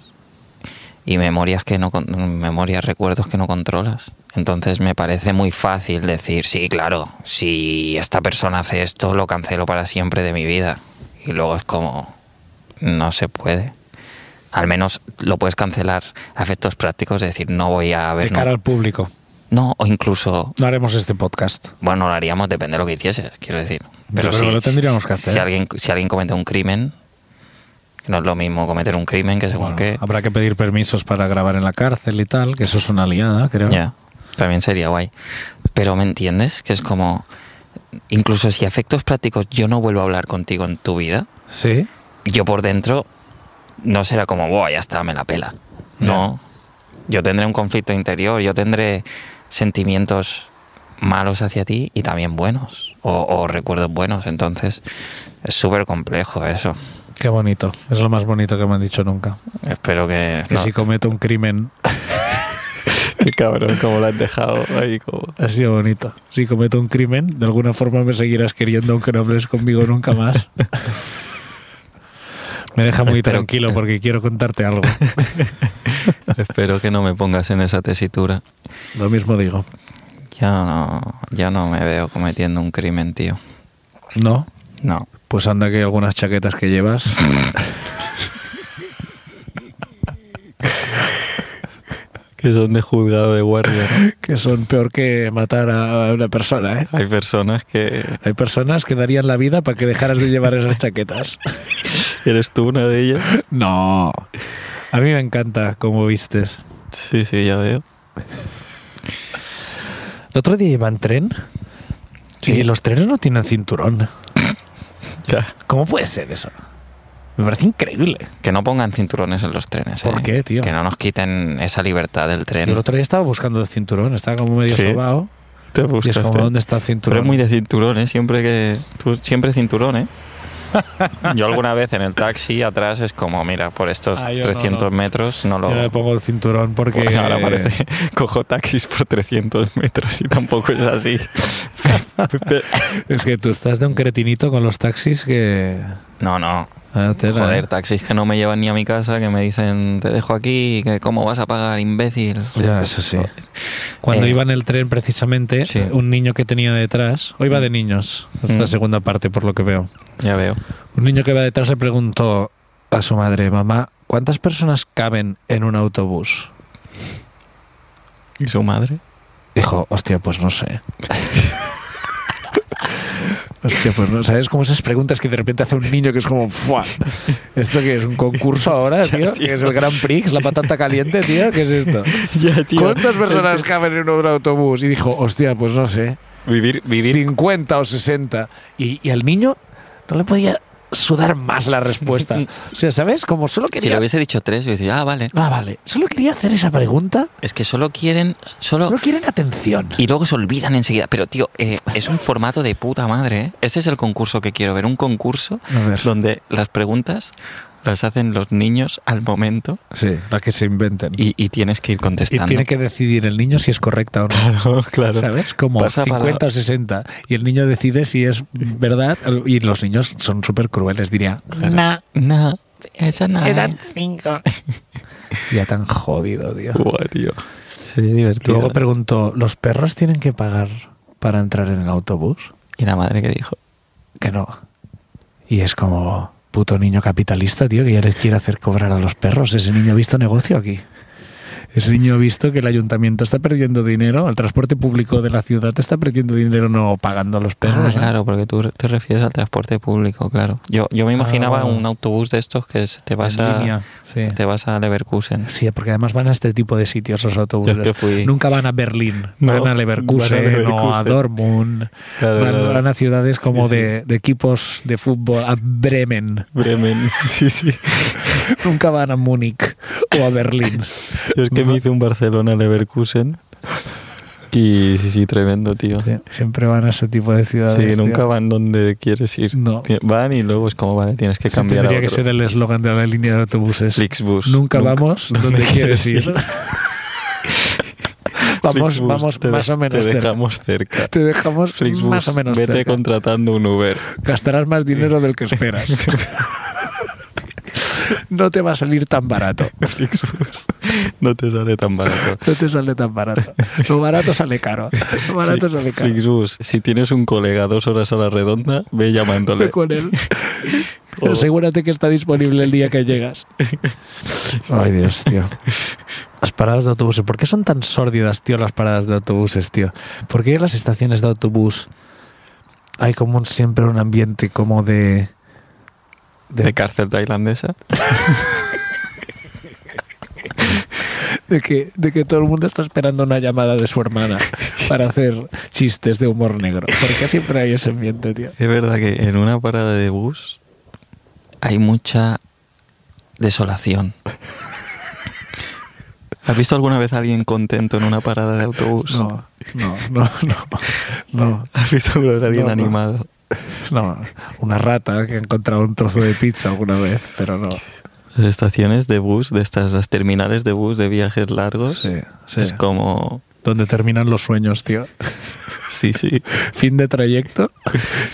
[SPEAKER 4] y memorias que no con- memorias, recuerdos que no controlas. Entonces me parece muy fácil decir, sí, claro, si esta persona hace esto, lo cancelo para siempre de mi vida. Y luego es como, no se puede. Al menos lo puedes cancelar a efectos prácticos, es decir, no voy a
[SPEAKER 3] de
[SPEAKER 4] ver...
[SPEAKER 3] cara
[SPEAKER 4] nu-
[SPEAKER 3] al público.
[SPEAKER 4] No, o incluso
[SPEAKER 3] No haremos este podcast.
[SPEAKER 4] bueno, lo haríamos, depende de lo que hicieses, quiero decir. Pero
[SPEAKER 3] creo
[SPEAKER 4] sí,
[SPEAKER 3] que lo tendríamos que hacer.
[SPEAKER 4] Si alguien, si alguien comete un crimen, que no es lo mismo cometer un crimen que según
[SPEAKER 3] Bueno, ah,
[SPEAKER 4] qué.
[SPEAKER 3] Habrá que pedir permisos para grabar en la cárcel y tal, que eso es una liada, creo.
[SPEAKER 4] Ya, también sería guay. Pero ¿me entiendes? Que es como. Incluso si a efectos prácticos yo no vuelvo a hablar contigo en tu vida,
[SPEAKER 3] Sí.
[SPEAKER 4] yo por dentro no será como, wow, ya está, me la pela. No. Yo tendré un conflicto interior, yo tendré sentimientos malos hacia ti y también buenos, o, o recuerdos buenos. Entonces, es súper complejo eso.
[SPEAKER 3] Qué bonito. Es lo más bonito que me han dicho nunca.
[SPEAKER 4] Espero que.
[SPEAKER 3] Que
[SPEAKER 4] no.
[SPEAKER 3] si cometo un crimen, [laughs]
[SPEAKER 4] Qué cabrón, como lo has dejado ahí, como.
[SPEAKER 3] ha sido bonito. Si cometo un crimen, de alguna forma me seguirás queriendo aunque no hables conmigo nunca más. me deja muy
[SPEAKER 4] Espero-
[SPEAKER 3] tranquilo porque quiero
[SPEAKER 4] [laughs]
[SPEAKER 3] contarte algo.
[SPEAKER 4] Espero que no me pongas en esa tesitura.
[SPEAKER 3] Lo mismo digo.
[SPEAKER 4] Yo no, yo no me veo cometiendo un crimen, tío.
[SPEAKER 3] ¿No?
[SPEAKER 4] No.
[SPEAKER 3] Pues anda que hay algunas chaquetas que llevas.
[SPEAKER 4] Que son de juzgado de guardia.
[SPEAKER 3] que son peor que matar a una persona, ¿eh?
[SPEAKER 4] [laughs] Hay personas que.
[SPEAKER 3] Hay personas que darían la vida para que dejaras de llevar esas chaquetas.
[SPEAKER 4] [laughs] ¿Eres tú una de ellas?
[SPEAKER 3] No. A mí me encanta cómo vistes.
[SPEAKER 4] Sí, sí, ya veo.
[SPEAKER 3] El otro día iba en tren y los trenes no tienen cinturón.
[SPEAKER 4] Ya.
[SPEAKER 3] ¿Cómo puede ser eso? Me parece increíble.
[SPEAKER 4] Que no pongan cinturones en los trenes.
[SPEAKER 3] ¿Por
[SPEAKER 4] eh.
[SPEAKER 3] qué, tío?
[SPEAKER 4] Que no nos quiten esa libertad del tren.
[SPEAKER 3] Yo el otro día estaba buscando el cinturón, estaba como medio
[SPEAKER 4] Sí.
[SPEAKER 3] sobao.
[SPEAKER 4] te
[SPEAKER 3] Y es
[SPEAKER 4] buscaste.
[SPEAKER 3] como, ¿dónde está el
[SPEAKER 4] Tú eres
[SPEAKER 3] cinturón?
[SPEAKER 4] muy de cinturón, ¿eh? Siempre que. Tú siempre cinturón, ¿eh? [laughs] Yo alguna vez en el taxi atrás es como, mira, por estos
[SPEAKER 3] Ah, yo no,
[SPEAKER 4] 300
[SPEAKER 3] no.
[SPEAKER 4] metros no lo. [laughs]
[SPEAKER 3] Yo me pongo el cinturón porque...
[SPEAKER 4] Bueno, ahora parece cojo taxis por 300 metros y tampoco es así.
[SPEAKER 3] Es que tú estás de un cretinito con los taxis que...
[SPEAKER 4] No, no.
[SPEAKER 3] Ah, tela,
[SPEAKER 4] Joder,
[SPEAKER 3] ¿eh?
[SPEAKER 4] taxis que no me llevan ni a mi casa, que me dicen, te dejo aquí, que cómo vas a pagar, imbécil.
[SPEAKER 3] Ya, eso sí. Cuando
[SPEAKER 4] Eh,
[SPEAKER 3] iba en el tren, precisamente,
[SPEAKER 4] sí.
[SPEAKER 3] un niño que tenía detrás, o iba de niños, esta
[SPEAKER 4] Mm.
[SPEAKER 3] segunda parte, por lo que veo.
[SPEAKER 4] Ya veo.
[SPEAKER 3] Un niño que va detrás le preguntó a su madre, mamá, ¿cuántas personas caben en un autobús?
[SPEAKER 4] ¿Y su madre?
[SPEAKER 3] Dijo, hostia, pues no sé. [laughs] hostia, pues no. ¿Sabes? Como esas preguntas que de repente hace un niño que es como, ¡fua! ¿Esto qué es? ¿Un
[SPEAKER 4] [laughs]
[SPEAKER 3] concurso ahora, tío? ¿Que es el Gran Prix? ¿La patata caliente, tío? ¿Qué es esto?
[SPEAKER 4] Ya,
[SPEAKER 3] ¿Cuántas personas caben en un autobús? Y dijo, hostia, pues no sé.
[SPEAKER 4] Vivir, vivir.
[SPEAKER 3] 50 o 60. Y, y al niño no le podía sudar más la [laughs] respuesta. O sea, ¿sabes? Como solo
[SPEAKER 4] Si
[SPEAKER 3] quería...
[SPEAKER 4] le hubiese dicho tres, yo decía, ah, vale.
[SPEAKER 3] Ah, vale. Solo quería hacer esa pregunta.
[SPEAKER 4] Es que solo quieren, solo...
[SPEAKER 3] Solo quieren atención.
[SPEAKER 4] Y luego se olvidan enseguida. Pero, tío, eh, es un formato de puta madre, ¿eh? Ese es el concurso que quiero ver. Un concurso
[SPEAKER 3] A ver.
[SPEAKER 4] [laughs] donde las preguntas las hacen los niños al momento
[SPEAKER 3] Sí, la que se inventen. Y,
[SPEAKER 4] y, y tienes que ir contestando.
[SPEAKER 3] tiene que decidir el niño si es correcta o
[SPEAKER 4] Claro,
[SPEAKER 3] no.
[SPEAKER 4] [laughs] claro.
[SPEAKER 3] ¿Sabes? Como
[SPEAKER 4] Pasa
[SPEAKER 3] 50
[SPEAKER 4] palabra.
[SPEAKER 3] o 60. Y el niño decide si es verdad. Y los niños son súper crueles, diría.
[SPEAKER 4] Claro. Nah, esa no
[SPEAKER 6] Eran
[SPEAKER 4] es.
[SPEAKER 6] cinco.
[SPEAKER 3] Ya tan jodido, tío.
[SPEAKER 4] Buah, tío. Sería divertido.
[SPEAKER 3] Luego preguntó, ¿los perros tienen que pagar para entrar en el autobús?
[SPEAKER 4] y la madre que dijo.
[SPEAKER 3] que no. Y es como puto niño capitalista, tío, que ya les quiere hacer cobrar a los perros. Ese niño ha visto negocio aquí. Ese niño ha visto que el ayuntamiento está perdiendo dinero, el transporte público de la ciudad está perdiendo dinero no pagando a los
[SPEAKER 4] Ah,
[SPEAKER 3] perros. ¿eh?
[SPEAKER 4] claro, porque tú te refieres al transporte público, claro. Yo, yo me imaginaba
[SPEAKER 3] bueno.
[SPEAKER 4] un autobús de estos que se- te vas
[SPEAKER 3] Ah. En
[SPEAKER 4] a
[SPEAKER 3] línea, sí.
[SPEAKER 4] te vas a Leverkusen.
[SPEAKER 3] Sí, porque además van a este tipo de sitios los autobuses.
[SPEAKER 4] Yo es que fui-
[SPEAKER 3] Nunca van a Berlín,
[SPEAKER 4] No,
[SPEAKER 3] van a Leverkusen,
[SPEAKER 4] van a
[SPEAKER 3] o a
[SPEAKER 4] Leverkusen.
[SPEAKER 3] Dortmund,
[SPEAKER 4] Claro,
[SPEAKER 3] van,
[SPEAKER 4] claro.
[SPEAKER 3] van a ciudades como De, de equipos de fútbol, a
[SPEAKER 4] [laughs]
[SPEAKER 3] Bremen,
[SPEAKER 4] Bremen, sí, sí.
[SPEAKER 3] nunca van a Múnich o a Berlín.
[SPEAKER 4] Yo es que me hice un Barcelona Leverkusen. Y sí, sí, tremendo, tío.
[SPEAKER 3] Sí, siempre van a ese tipo de ciudades.
[SPEAKER 4] Sí,
[SPEAKER 3] tío.
[SPEAKER 4] nunca van donde quieres ir.
[SPEAKER 3] No.
[SPEAKER 4] Ti- Van y luego es como, vale, tienes que
[SPEAKER 3] Ese
[SPEAKER 4] cambiar
[SPEAKER 3] tendría
[SPEAKER 4] a
[SPEAKER 3] que
[SPEAKER 4] otro.
[SPEAKER 3] ser el eslogan de la línea de autobuses.
[SPEAKER 4] [laughs] Flixbus.
[SPEAKER 3] Nunca, vamos donde quieres ir. Vamos,
[SPEAKER 4] Flixbus,
[SPEAKER 3] vamos
[SPEAKER 4] te de-
[SPEAKER 3] más o menos
[SPEAKER 4] Te
[SPEAKER 3] cerca.
[SPEAKER 4] dejamos cerca.
[SPEAKER 3] Te dejamos
[SPEAKER 4] Flixbus,
[SPEAKER 3] más o menos
[SPEAKER 4] vete
[SPEAKER 3] cerca.
[SPEAKER 4] contratando un Uber. [laughs]
[SPEAKER 3] Gastarás más dinero del que [laughs] esperas. no te va a salir tan barato.
[SPEAKER 4] Flixbus no te sale tan barato.
[SPEAKER 3] No te sale tan barato. Lo barato sale caro. Lo barato sale caro.
[SPEAKER 4] Flixbus, si tienes un colega dos horas a la redonda, ve
[SPEAKER 3] Ve [laughs]
[SPEAKER 4] llamándole.
[SPEAKER 3] con él. Oh.
[SPEAKER 4] O-
[SPEAKER 3] Asegúrate que está disponible el día que llegas. Ay, Dios, tío. Las paradas de autobuses. ¿Por qué son tan sórdidas, tío, las paradas de autobuses, tío? ¿Por qué en las estaciones de autobús hay como un- siempre un ambiente como de...
[SPEAKER 4] ¿De cárcel tailandesa?
[SPEAKER 3] de que, de que todo el mundo está esperando una llamada de su hermana para hacer chistes de humor negro. Porque siempre hay ese ambiente, tío.
[SPEAKER 4] Es verdad que en una parada de bus hay mucha desolación. ¿Has visto alguna vez a alguien contento en una parada de autobús?
[SPEAKER 3] No, no, no, no. No,
[SPEAKER 4] ¿Has visto alguna vez a alguien
[SPEAKER 3] No, no.
[SPEAKER 4] animado?
[SPEAKER 3] no. Una rata que ha encontrado un trozo de pizza alguna vez, pero no.
[SPEAKER 4] Las estaciones de bus, de estas, las terminales de bus de viajes largos,
[SPEAKER 3] Sí, sí.
[SPEAKER 4] es como...
[SPEAKER 3] Donde terminan los sueños, tío.
[SPEAKER 4] Sí, sí.
[SPEAKER 3] Fin de trayecto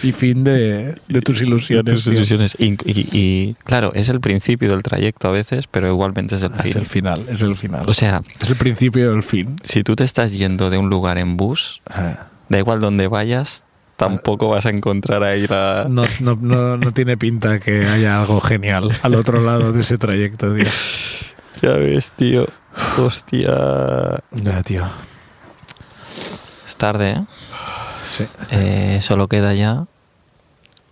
[SPEAKER 3] y fin de, de tus ilusiones.
[SPEAKER 4] Tus
[SPEAKER 3] tío.
[SPEAKER 4] ilusiones. Y, y- y, claro, es el principio del trayecto a veces, pero igualmente es el
[SPEAKER 3] Ah,
[SPEAKER 4] fin.
[SPEAKER 3] Es el final, es el final.
[SPEAKER 4] O sea,
[SPEAKER 3] es el principio del fin.
[SPEAKER 4] si tú te estás yendo de un lugar en bus,
[SPEAKER 3] Ah.
[SPEAKER 4] da igual donde vayas, tampoco vas a encontrar ahí la...
[SPEAKER 3] No, no, no, no tiene pinta que haya algo genial al otro lado de ese trayecto, tío.
[SPEAKER 4] Ya ves, tío. Hostia.
[SPEAKER 3] Ya, tío.
[SPEAKER 4] Es tarde, ¿eh?
[SPEAKER 3] Sí.
[SPEAKER 4] Eh, Solo queda ya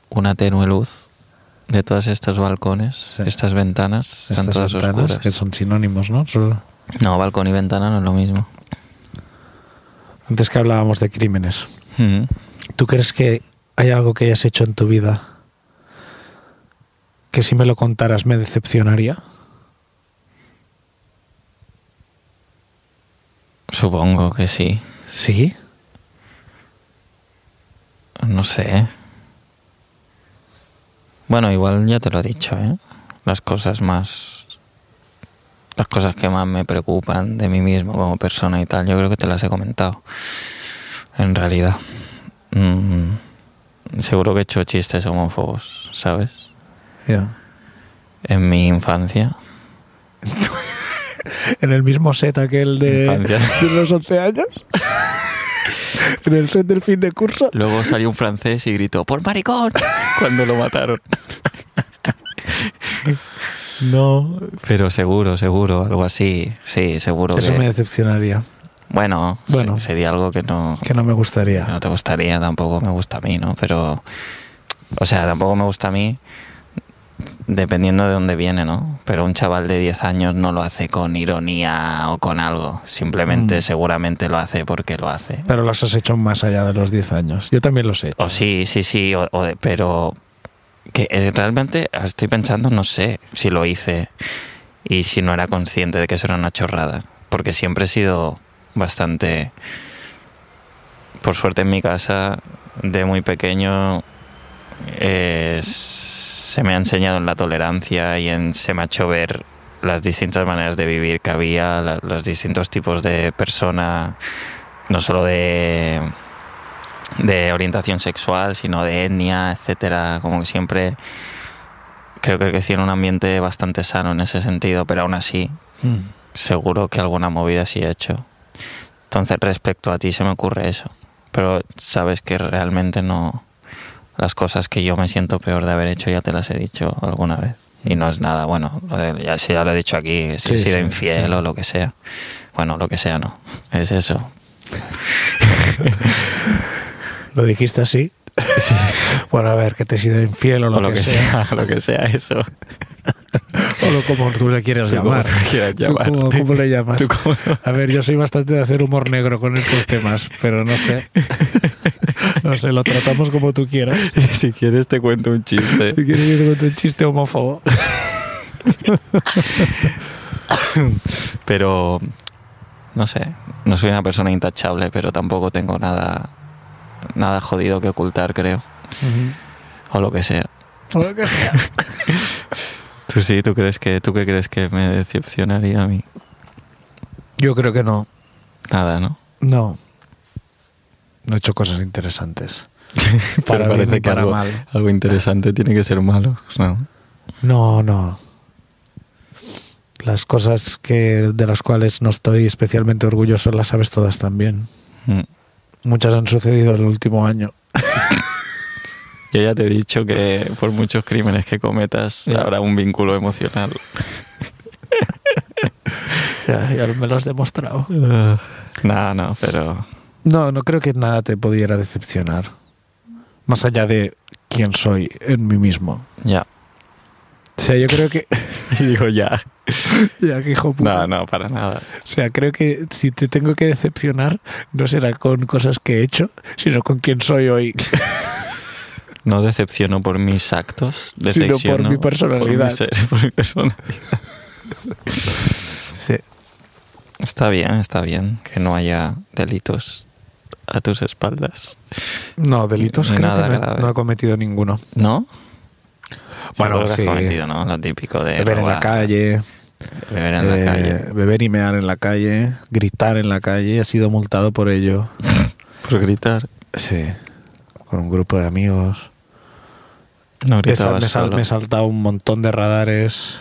[SPEAKER 4] una tenue luz de todas estos balcones, estas ventanas, están
[SPEAKER 3] Estas
[SPEAKER 4] todas
[SPEAKER 3] ventanas,
[SPEAKER 4] oscuras.
[SPEAKER 3] que son sinónimos, ¿no? Son-
[SPEAKER 4] No, balcón y ventana no es lo mismo.
[SPEAKER 3] Antes que hablábamos de crímenes.
[SPEAKER 4] Mm.
[SPEAKER 3] ¿Tú crees que hay algo que hayas hecho en tu vida que si me lo contaras me decepcionaría?
[SPEAKER 4] Supongo que sí.
[SPEAKER 3] Sí.
[SPEAKER 4] No sé. Bueno, igual ya te lo he dicho, ¿eh? Las cosas más... Las cosas que más me preocupan de mí mismo como persona y tal, yo creo que te las he comentado. En realidad. Mm, seguro que he hecho chistes homófobos, ¿sabes? En mi infancia.
[SPEAKER 3] En el mismo set aquel de,
[SPEAKER 4] Infancia.
[SPEAKER 3] de los 11 años.
[SPEAKER 4] [laughs]
[SPEAKER 3] en el set del fin de curso.
[SPEAKER 4] Luego salió un francés y gritó, ¡por maricón! cuando lo mataron.
[SPEAKER 3] No.
[SPEAKER 4] Pero seguro, seguro, algo así. Sí, seguro
[SPEAKER 3] Eso
[SPEAKER 4] que...
[SPEAKER 3] me decepcionaría.
[SPEAKER 4] Bueno,
[SPEAKER 3] Bueno.
[SPEAKER 4] se- sería algo que no,
[SPEAKER 3] Que no me
[SPEAKER 4] que
[SPEAKER 3] gustaría.
[SPEAKER 4] no te gustaría, tampoco me gusta a mí, ¿no? Pero, o sea, tampoco me gusta a mí dependiendo de dónde viene, ¿no? Pero un chaval de 10 años no lo hace con ironía o con algo, simplemente
[SPEAKER 3] Mm.
[SPEAKER 4] seguramente lo hace porque lo hace.
[SPEAKER 3] Pero los has hecho más allá de los 10 años. Yo también los he hecho.
[SPEAKER 4] O sí, sí, sí, o- o de- pero que eh, realmente estoy pensando, no sé si lo hice y si no era consciente de que eso era una chorrada, porque siempre he sido bastante, por suerte en mi casa, de muy pequeño, eh, se me ha enseñado en la tolerancia y en se me ha hecho ver las distintas maneras de vivir que había, la- los distintos tipos de persona, no solo de de orientación sexual, sino de etnia, etcétera. Como que siempre creo que crecí en un ambiente bastante sano en ese sentido, pero aún así
[SPEAKER 3] Mm.
[SPEAKER 4] seguro que alguna movida sí he hecho. Entonces, respecto a ti se me ocurre eso. Pero sabes que realmente no... Las cosas que yo me siento peor de haber hecho ya te las he dicho alguna vez. Y no es nada, bueno, lo de- ya, si ya lo he dicho aquí, si
[SPEAKER 3] Sí,
[SPEAKER 4] he sido
[SPEAKER 3] sí,
[SPEAKER 4] infiel
[SPEAKER 3] sí.
[SPEAKER 4] o lo que sea. Bueno, lo que sea no, es eso.
[SPEAKER 3] ¿Lo dijiste así? [laughs] bueno, a ver, que te he sido infiel o lo,
[SPEAKER 4] o lo
[SPEAKER 3] que, sea.
[SPEAKER 4] lo que sea [laughs] eso.
[SPEAKER 3] O lo como tú le quieras
[SPEAKER 4] Tú como
[SPEAKER 3] llamar.
[SPEAKER 4] tú le quieras
[SPEAKER 3] Tú
[SPEAKER 4] llamar.
[SPEAKER 3] como- ¿Cómo le llamas?
[SPEAKER 4] Tú como-
[SPEAKER 3] A ver, yo soy bastante de hacer humor negro con estos temas, pero no sé. No sé, lo tratamos como
[SPEAKER 4] [laughs]
[SPEAKER 3] tú quieras.
[SPEAKER 4] Si quieres te cuento un chiste.
[SPEAKER 3] Si quieres, yo te cuento un chiste homófobo.
[SPEAKER 4] Pero no sé, no soy una persona intachable, pero tampoco tengo nada nada jodido que ocultar, creo, o lo que sea.
[SPEAKER 3] O lo que sea.
[SPEAKER 4] Tú sí, tú crees que tú qué crees que me decepcionaría a mí?
[SPEAKER 3] Yo creo que no.
[SPEAKER 4] Nada, ¿no?
[SPEAKER 3] No. No he hecho
[SPEAKER 4] [laughs]
[SPEAKER 3] cosas interesantes.
[SPEAKER 4] Pero
[SPEAKER 3] [laughs] Para bien
[SPEAKER 4] parece
[SPEAKER 3] y
[SPEAKER 4] que
[SPEAKER 3] para
[SPEAKER 4] algo,
[SPEAKER 3] mal.
[SPEAKER 4] algo interesante tiene que ser malo, ¿no?
[SPEAKER 3] No, no. Las cosas que de las cuales no estoy especialmente orgulloso las sabes todas también.
[SPEAKER 4] Mm.
[SPEAKER 3] Muchas han sucedido en el último año.
[SPEAKER 4] Yo ya te he dicho que por muchos crímenes que cometas
[SPEAKER 3] Ya.
[SPEAKER 4] habrá un vínculo emocional.
[SPEAKER 3] Ya, me lo has demostrado.
[SPEAKER 4] No, no,
[SPEAKER 3] [laughs]
[SPEAKER 4] pero
[SPEAKER 3] No, no creo que nada te pudiera decepcionar. Más allá de quién soy en mí mismo.
[SPEAKER 4] ya.
[SPEAKER 3] O sea, yo creo que.
[SPEAKER 4] Y digo ya.
[SPEAKER 3] [laughs] ya, que hijo puta.
[SPEAKER 4] No, no, para nada.
[SPEAKER 3] O sea, creo que si te tengo que decepcionar, no será con cosas que he hecho, sino con quién soy hoy.
[SPEAKER 4] No decepciono por mis actos,
[SPEAKER 3] por
[SPEAKER 4] decepciono
[SPEAKER 3] mi personalidad.
[SPEAKER 4] Por mi ser, [laughs] por mi personalidad.
[SPEAKER 3] [laughs] Sí.
[SPEAKER 4] Está bien, está bien que no haya delitos a tus espaldas.
[SPEAKER 3] No, delitos
[SPEAKER 4] Ni
[SPEAKER 3] creo
[SPEAKER 4] nada
[SPEAKER 3] que no,
[SPEAKER 4] grave.
[SPEAKER 3] no he cometido ninguno.
[SPEAKER 4] ¿No? Seguro
[SPEAKER 3] Bueno,
[SPEAKER 4] que has
[SPEAKER 3] sí.
[SPEAKER 4] cometido, ¿no? Lo típico de
[SPEAKER 3] Beber en la
[SPEAKER 4] robar,
[SPEAKER 3] calle,
[SPEAKER 4] Beber en
[SPEAKER 3] eh,
[SPEAKER 4] la calle.
[SPEAKER 3] beber y mear en la calle, gritar en la calle, he sido multado por ello.
[SPEAKER 4] Por gritar.
[SPEAKER 3] Sí, con un grupo de amigos.
[SPEAKER 4] No
[SPEAKER 3] Me, sal-
[SPEAKER 4] gritabas
[SPEAKER 3] me sal-
[SPEAKER 4] solo.
[SPEAKER 3] me he saltado un montón de radares.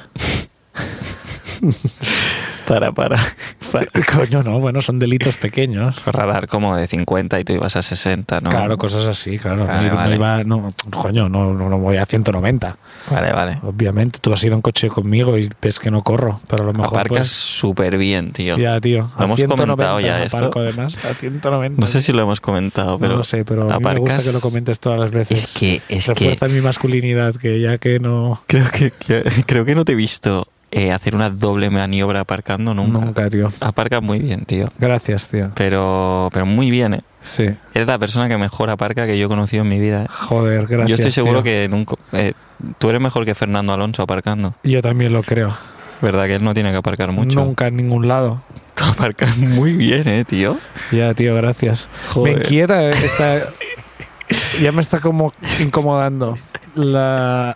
[SPEAKER 4] [laughs] Para, para, para.
[SPEAKER 3] [laughs] Coño, no, bueno, son
[SPEAKER 4] [laughs]
[SPEAKER 3] delitos pequeños.
[SPEAKER 4] Radar como de 50 y tú ibas a 60, ¿no?
[SPEAKER 3] Claro, cosas así, claro.
[SPEAKER 4] Vale,
[SPEAKER 3] no,
[SPEAKER 4] vale.
[SPEAKER 3] iba- no, coño, no, no, no voy a 190.
[SPEAKER 4] Vale, vale.
[SPEAKER 3] Obviamente, tú has ido en coche conmigo y ves que no corro, pero a lo mejor
[SPEAKER 4] Aparcas
[SPEAKER 3] pues,
[SPEAKER 4] súper bien, tío.
[SPEAKER 3] ya, tío, a
[SPEAKER 4] Lo hemos
[SPEAKER 3] 190
[SPEAKER 4] comentado ya esto.
[SPEAKER 3] aparco, además, a 190.
[SPEAKER 4] No sé si lo hemos comentado, pero.
[SPEAKER 3] no lo sé, pero a mí me gusta
[SPEAKER 4] aparcas-
[SPEAKER 3] que lo comentes todas las veces.
[SPEAKER 4] Es que, es que.
[SPEAKER 3] Refuerza mi masculinidad, que ya que no...
[SPEAKER 4] Creo que, que- creo que no te he visto eh, hacer una doble maniobra aparcando nunca.
[SPEAKER 3] Nunca, tío.
[SPEAKER 4] Aparcas muy bien, tío.
[SPEAKER 3] Gracias, tío.
[SPEAKER 4] Pero, pero muy bien, ¿eh?
[SPEAKER 3] Sí.
[SPEAKER 4] Eres la persona que mejor aparca que yo he conocido en mi vida. ¿eh?
[SPEAKER 3] Joder, gracias.
[SPEAKER 4] yo estoy seguro
[SPEAKER 3] tío.
[SPEAKER 4] que nunca. eh, tú eres mejor que Fernando Alonso aparcando.
[SPEAKER 3] Yo también lo creo.
[SPEAKER 4] ¿Verdad que él no tiene que aparcar mucho? [laughs]
[SPEAKER 3] Nunca en ningún lado.
[SPEAKER 4] Tú aparcas muy bien, ¿eh, tío?
[SPEAKER 3] Ya, tío, gracias.
[SPEAKER 4] Joder.
[SPEAKER 3] Me inquieta esta... ya me está como incomodando la...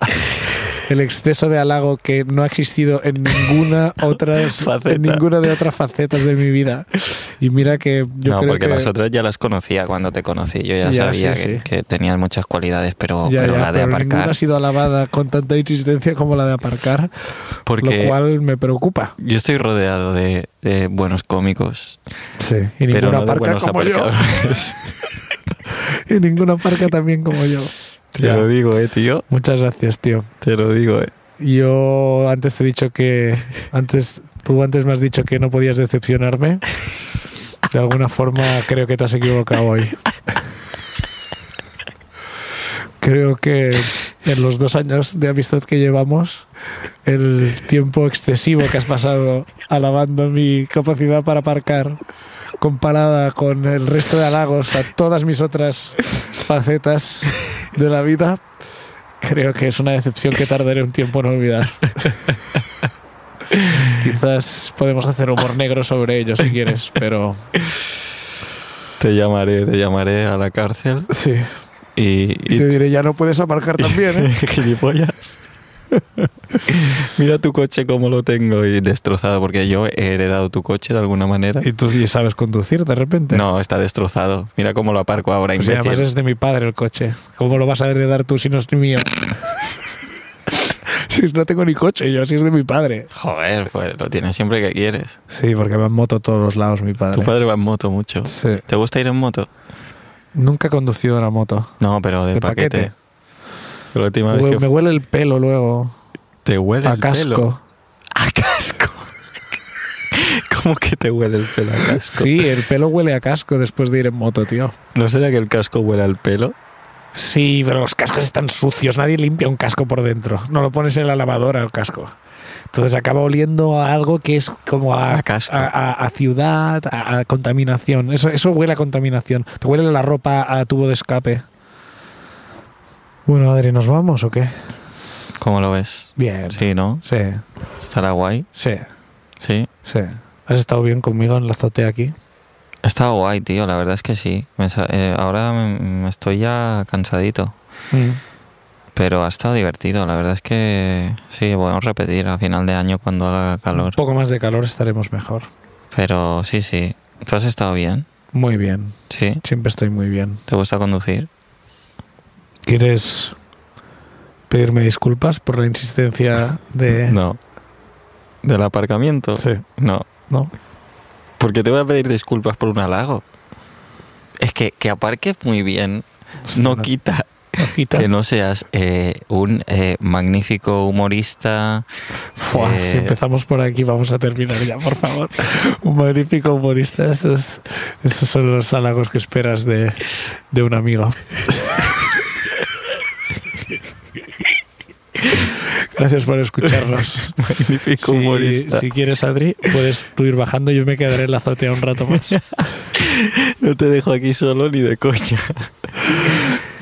[SPEAKER 3] el exceso de halago que no ha existido en ninguna otra
[SPEAKER 4] [laughs]
[SPEAKER 3] en
[SPEAKER 4] Faceta.
[SPEAKER 3] ninguna de otras facetas de mi vida. Y mira que yo
[SPEAKER 4] no,
[SPEAKER 3] creo
[SPEAKER 4] porque
[SPEAKER 3] que
[SPEAKER 4] las otras ya las conocía cuando te conocí. Yo ya,
[SPEAKER 3] Ya,
[SPEAKER 4] sabía
[SPEAKER 3] sí,
[SPEAKER 4] que,
[SPEAKER 3] sí.
[SPEAKER 4] que tenías muchas cualidades, pero,
[SPEAKER 3] ya,
[SPEAKER 4] pero
[SPEAKER 3] ya,
[SPEAKER 4] la de
[SPEAKER 3] pero ninguna
[SPEAKER 4] aparcar.
[SPEAKER 3] ha sido alabada con tanta insistencia como la de aparcar,
[SPEAKER 4] Porque
[SPEAKER 3] lo cual me preocupa.
[SPEAKER 4] yo estoy rodeado de, de buenos cómicos,
[SPEAKER 3] Sí, y
[SPEAKER 4] pero
[SPEAKER 3] ninguna
[SPEAKER 4] no de
[SPEAKER 3] aparca
[SPEAKER 4] buenos
[SPEAKER 3] como yo.
[SPEAKER 4] aparcadores.
[SPEAKER 3] [laughs] Y ninguna aparca también como yo.
[SPEAKER 4] [laughs] te
[SPEAKER 3] Ya.
[SPEAKER 4] lo digo, eh, tío.
[SPEAKER 3] Muchas gracias, tío.
[SPEAKER 4] Te lo digo, eh.
[SPEAKER 3] Yo antes te he dicho que. Antes, tú antes me has dicho que no podías decepcionarme. De alguna forma creo que te has equivocado hoy. Creo que en los dos años de amistad que llevamos, el tiempo excesivo que has pasado alabando mi capacidad para aparcar, comparada con el resto de halagos a todas mis otras facetas de la vida, Creo que es una decepción que tardaré un tiempo en [laughs] olvidar. Quizás podemos hacer humor negro sobre ello si quieres, pero
[SPEAKER 4] Te llamaré, te llamaré a la cárcel
[SPEAKER 3] sí.
[SPEAKER 4] y, y [laughs]
[SPEAKER 3] Te diré, ya no puedes aparcar también, ¿eh?
[SPEAKER 4] Gilipollas. [laughs] Mira tu coche como lo tengo y destrozado, porque yo he heredado tu coche de alguna manera.
[SPEAKER 3] [laughs] Y tú sí sabes conducir de repente.
[SPEAKER 4] No, está destrozado. Mira cómo lo aparco ahora,
[SPEAKER 3] Pues
[SPEAKER 4] imbécil.
[SPEAKER 3] además es de mi padre el coche. ¿Cómo lo vas a heredar tú si no es mío? [laughs] si no tengo ni coche, yo si es de mi padre.
[SPEAKER 4] Joder, pues lo tienes siempre que quieres.
[SPEAKER 3] Sí, porque va en moto a todos los lados mi padre.
[SPEAKER 4] Tu padre va en moto mucho.
[SPEAKER 3] Sí.
[SPEAKER 4] ¿Te gusta ir en moto?
[SPEAKER 3] Nunca he conducido una moto.
[SPEAKER 4] No, pero de,
[SPEAKER 3] De
[SPEAKER 4] paquete.
[SPEAKER 3] paquete.
[SPEAKER 4] La última vez
[SPEAKER 3] Hue-
[SPEAKER 4] que
[SPEAKER 3] Me huele el pelo luego.
[SPEAKER 4] te huele
[SPEAKER 3] A
[SPEAKER 4] el pelo.
[SPEAKER 3] casco.
[SPEAKER 4] A casco. [laughs] ¿Cómo que te huele el pelo a casco?
[SPEAKER 3] Sí, el pelo huele a casco después de ir en moto, tío.
[SPEAKER 4] ¿No será que el casco huele al pelo?
[SPEAKER 3] Sí, pero los cascos están sucios. Nadie limpia un casco por dentro. No lo pones en la lavadora el casco. Entonces acaba oliendo a algo que es como a,
[SPEAKER 4] A casco.
[SPEAKER 3] a- a- a ciudad, a, a contaminación. Eso, eso huele a contaminación. Te huele la ropa a tubo de escape. Bueno, Adri, ¿nos vamos o qué?
[SPEAKER 4] ¿Cómo lo ves?
[SPEAKER 3] Bien.
[SPEAKER 4] Sí, ¿no?
[SPEAKER 3] Sí,
[SPEAKER 4] Estará guay.
[SPEAKER 3] sí,
[SPEAKER 4] Sí.
[SPEAKER 3] sí. ¿Has estado bien conmigo en la azotea aquí?
[SPEAKER 4] Está guay, tío. La verdad es que sí. Me sa- eh, ahora me, me estoy ya cansadito.
[SPEAKER 3] Mm.
[SPEAKER 4] Pero ha estado divertido. La verdad es que sí, podemos repetir a final de año cuando haga
[SPEAKER 3] Un
[SPEAKER 4] calor.
[SPEAKER 3] poco más de calor estaremos mejor.
[SPEAKER 4] Pero sí, sí. ¿Tú has estado bien?
[SPEAKER 3] Muy bien.
[SPEAKER 4] Sí,
[SPEAKER 3] Siempre estoy muy bien.
[SPEAKER 4] te gusta conducir.
[SPEAKER 3] ¿Quieres pedirme disculpas por la insistencia [laughs] de...
[SPEAKER 4] No. ¿Del aparcamiento?
[SPEAKER 3] Sí,
[SPEAKER 4] No.
[SPEAKER 3] ¿no?
[SPEAKER 4] Porque te voy a pedir disculpas por un
[SPEAKER 3] [laughs]
[SPEAKER 4] halago. Es que que aparques muy bien no
[SPEAKER 3] Hostia,
[SPEAKER 4] quita
[SPEAKER 3] no quita.
[SPEAKER 4] que no seas eh, un eh, magnífico humorista.
[SPEAKER 3] Fua,
[SPEAKER 4] eh,
[SPEAKER 3] Si empezamos por aquí, vamos a terminar ya, por favor. Un magnífico humorista. Estos, estos son los halagos que esperas de, de un amigo. Gracias por [laughs] escucharnos.
[SPEAKER 4] magnífico
[SPEAKER 3] Si,
[SPEAKER 4] humorista.
[SPEAKER 3] si quieres, Adri, puedes tú ir bajando. Yo me quedaré en la azotea un rato [laughs] más.
[SPEAKER 4] No te dejo aquí solo ni de
[SPEAKER 3] [laughs]
[SPEAKER 4] coña.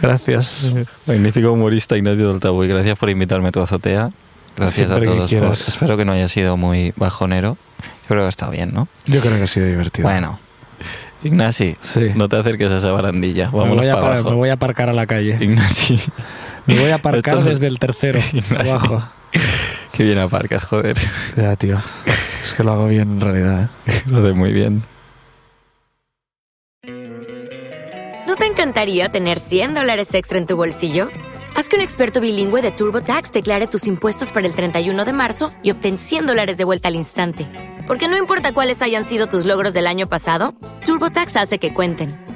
[SPEAKER 3] Gracias.
[SPEAKER 4] Magnífico humorista Ignacio del Tabú y gracias por invitarme a tu azotea. Gracias
[SPEAKER 3] Siempre que
[SPEAKER 4] a todos. por-
[SPEAKER 3] quieras.
[SPEAKER 4] espero que no haya sido muy bajonero. Yo creo que está bien, ¿no?
[SPEAKER 3] Yo creo que ha sido divertido.
[SPEAKER 4] Bueno, Ignasi,
[SPEAKER 3] Sí.
[SPEAKER 4] no te acerques a esa barandilla.
[SPEAKER 3] me,
[SPEAKER 4] Vámonos
[SPEAKER 3] voy a
[SPEAKER 4] para
[SPEAKER 3] par- me
[SPEAKER 4] abajo.
[SPEAKER 3] voy a aparcar a la calle.
[SPEAKER 4] Ignasi,
[SPEAKER 3] Me voy a aparcar
[SPEAKER 4] Esto no-
[SPEAKER 3] desde el tercero,
[SPEAKER 4] Ignacio.
[SPEAKER 3] abajo.
[SPEAKER 4] [laughs] que bien aparcas, joder.
[SPEAKER 3] Ya, tío. Es que lo hago bien en realidad. ¿eh?
[SPEAKER 4] [laughs] Lo haces muy bien.
[SPEAKER 6] ¿No te encantaría tener 100 dólares extra en tu bolsillo? Haz que un experto bilingüe de TurboTax declare tus impuestos para el 31 de marzo y obtén 100 dólares de vuelta al instante. Porque no importa cuáles hayan sido tus logros del año pasado, TurboTax hace que cuenten.